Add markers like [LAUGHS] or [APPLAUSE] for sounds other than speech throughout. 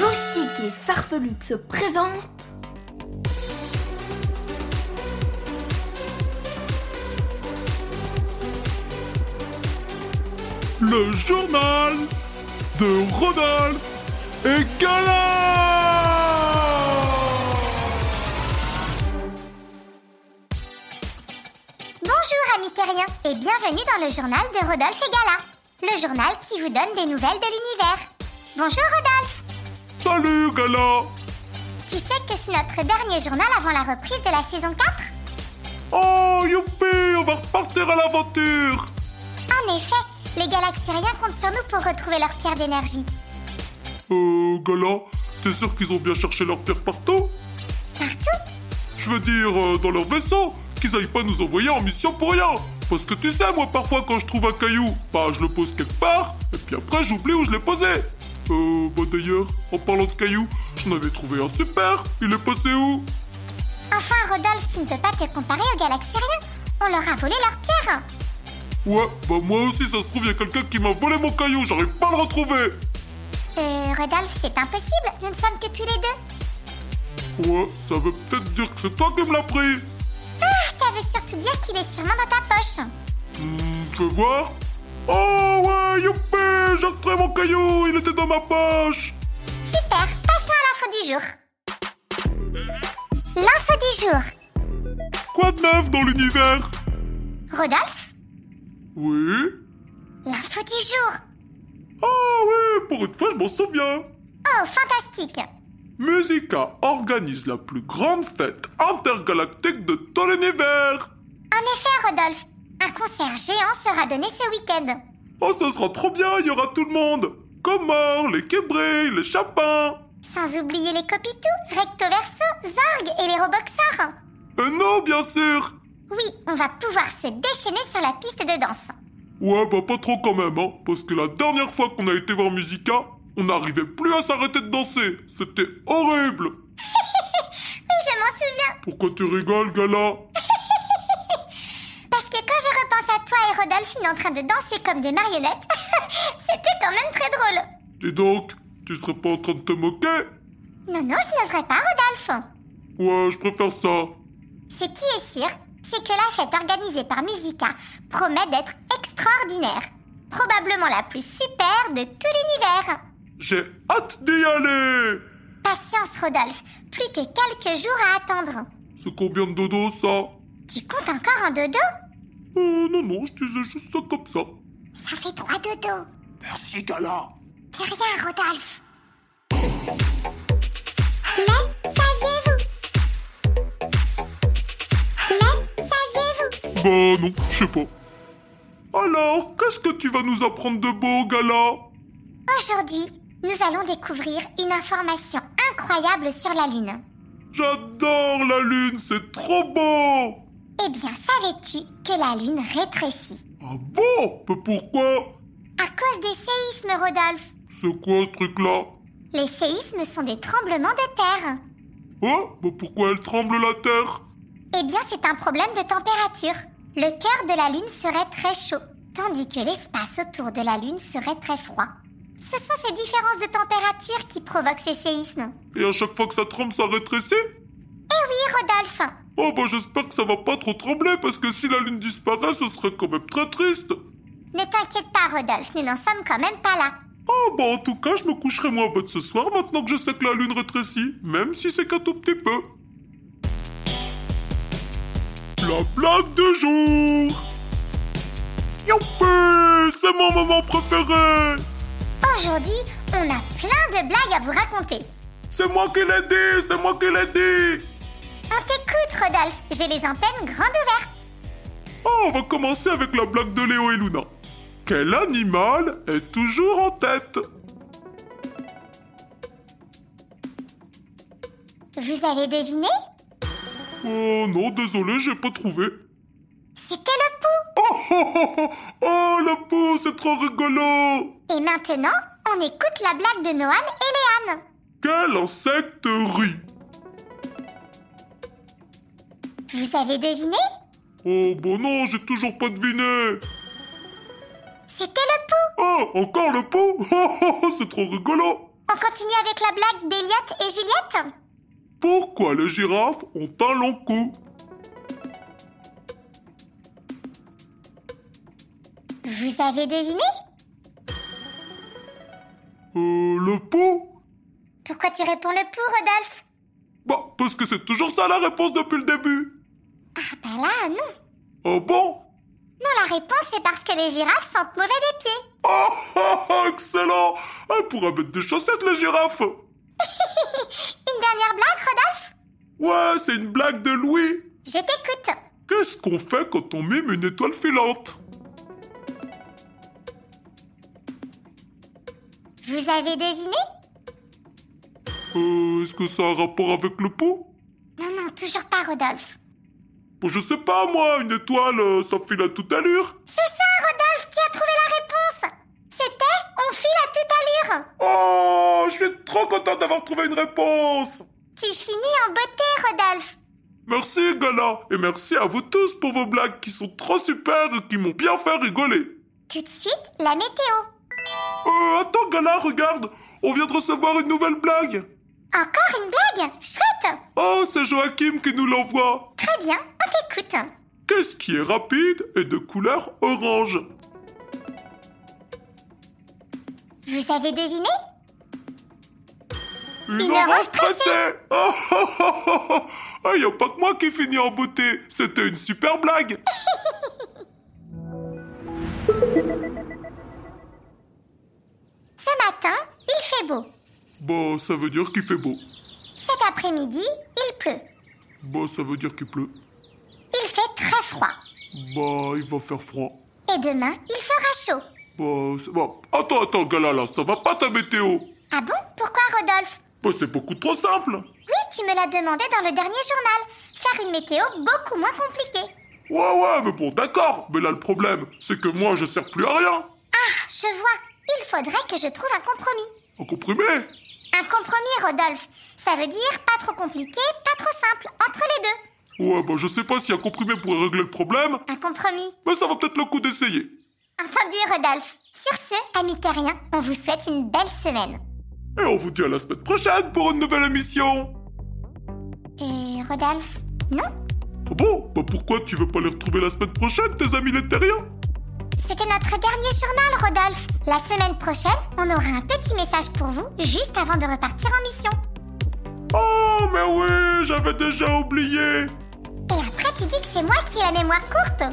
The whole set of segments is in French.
Loustique et Farfelux se présentent le journal de Rodolphe et Gala Bonjour amis terriens et bienvenue dans le journal de Rodolphe et Gala, le journal qui vous donne des nouvelles de l'univers. Bonjour Rodolphe, Salut Gala tu sais que c'est notre dernier journal avant la reprise de la saison 4 Oh youpi, on va repartir à l'aventure En effet, les galaxériens comptent sur nous pour retrouver leur pierre d'énergie. Euh Gala, t'es sûr qu'ils ont bien cherché leur pierre partout Partout Je veux dire, euh, dans leur vaisseau, qu'ils aillent pas nous envoyer en mission pour rien parce que tu sais, moi, parfois, quand je trouve un caillou, bah, je le pose quelque part, et puis après, j'oublie où je l'ai posé. Euh, bah, d'ailleurs, en parlant de cailloux, j'en avais trouvé un super. Il est passé où Enfin Rodolphe, tu ne peux pas te comparer aux galaxériens, on leur a volé leur pierre Ouais, bah moi aussi ça se trouve y a quelqu'un qui m'a volé mon caillou, j'arrive pas à le retrouver. Euh, Rodolphe, c'est impossible, nous ne sommes que tous les deux. Ouais, ça veut peut-être dire que c'est toi qui me l'as pris. Ah, ça veut surtout dire qu'il est sûrement dans ta poche. Hmm, je veux voir. Oh ouais, youpi, j'ai retrouvé mon caillou, il était dans ma poche. Super, passons à l'info du jour. L'info du jour. Quoi de neuf dans l'univers Rodolphe, Oui. l'info du jour. Ah oui, pour une fois je m'en souviens. Oh, fantastique. Musica organise la plus grande fête intergalactique de tout l'univers. En effet, Rodolphe, un concert géant sera donné ce week-end. Oh, ça sera trop bien, il y aura tout le monde. Comore, les Québrés, les Chapins. Sans oublier les Copitou, Recto Verso, Zorg et les Roboxor. Euh, non, bien sûr Oui, on va pouvoir se déchaîner sur la piste de danse. Ouais, bah pas trop quand même, hein, parce que la dernière fois qu'on a été voir Musica, on n'arrivait plus à s'arrêter de danser. C'était horrible Oui, je m'en souviens, Pourquoi tu rigoles, Gala parce que quand je repense à toi et Rodolphine en train de danser comme des marionnettes, [LAUGHS] c'était quand même très drôle. Dis donc, tu serais pas en train de te moquer Non, non, je n'oserais pas, Rodolphe. Ouais, je préfère ça. Ce qui est sûr, c'est que la fête organisée par Musica promet d'être extraordinaire. Probablement la plus super de tout l'univers. J'ai hâte d'y aller Patience, Rodolphe, plus que quelques jours à attendre. C'est combien de dodo, ça Tu comptes encore en dodo Euh, non, non, je disais juste ça comme ça. Ça fait trois dodos. Merci, Gala C'est rien, Rodolphe. Le saviez-vous Le saviez-vous Bah non, je sais pas. Alors, qu'est-ce que tu vas nous apprendre de beau, Gala Aujourd'hui, nous allons découvrir une information incroyable sur la Lune. J'adore la lune, c'est trop beau Eh bien, savais-tu que la Lune rétrécit Ah bon Mais pourquoi À cause des séismes, Rodolphe. C'est quoi ce truc-là Les séismes sont des tremblements de terre. Oh Mais pourquoi elle tremble la terre Eh bien, c'est un problème de température. Le cœur de la Lune serait très chaud, tandis que l'espace autour de la Lune serait très froid. Ce sont ces différences de température qui provoquent ces séismes. Et à chaque fois que ça tremble, ça rétrécit Eh oui, Rodolphe Oh bah j'espère que ça va pas trop trembler, parce que si la lune disparaît, ce serait quand même très triste Ne t'inquiète pas, Rodolphe, nous n'en sommes quand même pas là. Oh bah en tout cas, je me coucherai moins bête ce soir maintenant que je sais que la lune rétrécit, même si c'est qu'un tout petit peu. La blague du jour Youpi C'est mon moment préféré Aujourd'hui, on a plein de blagues à vous raconter. C'est moi qui l'ai dit C'est moi qui l'ai dit On t'écoute, Rodolphe, j'ai les antennes grandes ouvertes. Ah, Oh, on va commencer avec la blague de Léo et Luna. Quel animal est toujours en tête Vous avez deviné Oh non, désolé, j'ai pas trouvé. [LAUGHS] C'était le pou. Oh, oh, oh, oh, oh, la peau, c'est trop rigolo Et maintenant, on écoute la blague de Noam et Léane. Quel insecte rit Vous avez deviné Oh, bon non, j'ai toujours pas deviné C'était le pou. Oh, encore le pot [LAUGHS] Oh, oh, oh, c'est trop rigolo On continue avec la blague d'Eliott et Juliette Pourquoi les girafes ont un long cou Vous avez deviné Euh, le pot Pourquoi tu réponds le pou, Rodolphe Bah, parce que c'est toujours ça la réponse depuis le début Ah bah là, non. Oh bon Non, la réponse est parce que les girafes sentent mauvais des pieds. [LAUGHS] Oh, oh, oh, excellent Elle pourrait mettre des chaussettes, les girafes Une dernière blague, Rodolphe Ouais, c'est une blague de Louis Je t'écoute. Qu'est-ce qu'on fait quand on mime une étoile filante Vous avez deviné Euh, est-ce que ça a un rapport avec le pot Non, non, toujours pas, Rodolphe. Bon, je sais pas, moi, une étoile, euh, ça file à toute allure C'est ça, Rodolphe, tu as trouvé la réponse. C'était on file à toute allure. Oh, je suis trop content d'avoir trouvé une réponse Tu finis en beauté, Rodolphe. Merci, Gala, et merci à vous tous pour vos blagues qui sont trop super et qui m'ont bien fait rigoler Tout de suite, la météo. Euh, attends, Gala, regarde On vient de recevoir une nouvelle blague Encore une blague Chouette Oh, c'est Joachim qui nous l'envoie Très bien, on t'écoute. Qu'est-ce qui est rapide et de couleur orange Vous avez deviné Une, orange Oh, oh, oh, oh, oh. [LAUGHS] Ah, y a pas que moi qui finis en beauté C'était une super blague Ce matin, il fait beau. Bon, Bah, ça veut dire qu'il fait beau. Cet après-midi, il pleut. Bon, Bah, ça veut dire qu'il pleut. Il fait très froid. Bah, il va faire froid. Et demain, il fera chaud. Bah, c'est- bah, Attends, attends, Gala, là, ça va pas ta météo Ah bon Pourquoi, Rodolphe Bah, c'est beaucoup trop simple Oui, tu me l'as demandé dans le dernier journal. Faire une météo beaucoup moins compliquée. Ouais, ouais, mais bon, d'accord Mais là, le problème, c'est que moi, je sers plus à rien Ah, je vois. Il faudrait que je trouve un compromis. En comprimé Un compromis, Rodolphe. Ça veut dire pas trop compliqué, pas trop simple, entre les deux. Ouais, bah, je sais pas si un comprimé pourrait régler le problème, Un compromis. mais ça vaut peut-être le coup d'essayer Entendu, Rodolphe. Sur ce, amis terriens, on vous souhaite une belle semaine. Et on vous dit à la semaine prochaine pour une nouvelle émission Et Rodolphe Non Ah Bon, bah pourquoi tu veux pas les retrouver la semaine prochaine, tes amis les terriens C'était notre dernier journal, Rodolphe. La semaine prochaine, on aura un petit message pour vous juste avant de repartir en mission. Oh, mais oui, j'avais déjà oublié Et après, tu dis que c'est moi qui ai la mémoire courte.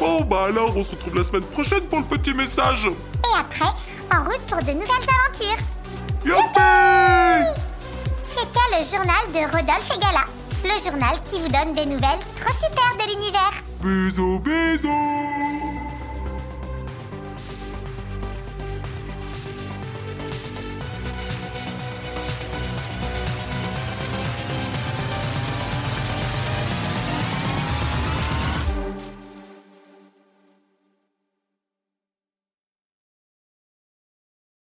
Bon, bah alors, on se retrouve la semaine prochaine pour le petit message Et après, en route pour de nouvelles aventures. Youpi C'était le journal de Rodolphe et Gala. Le journal qui vous donne des nouvelles trop super de l'univers. Bisous, bisous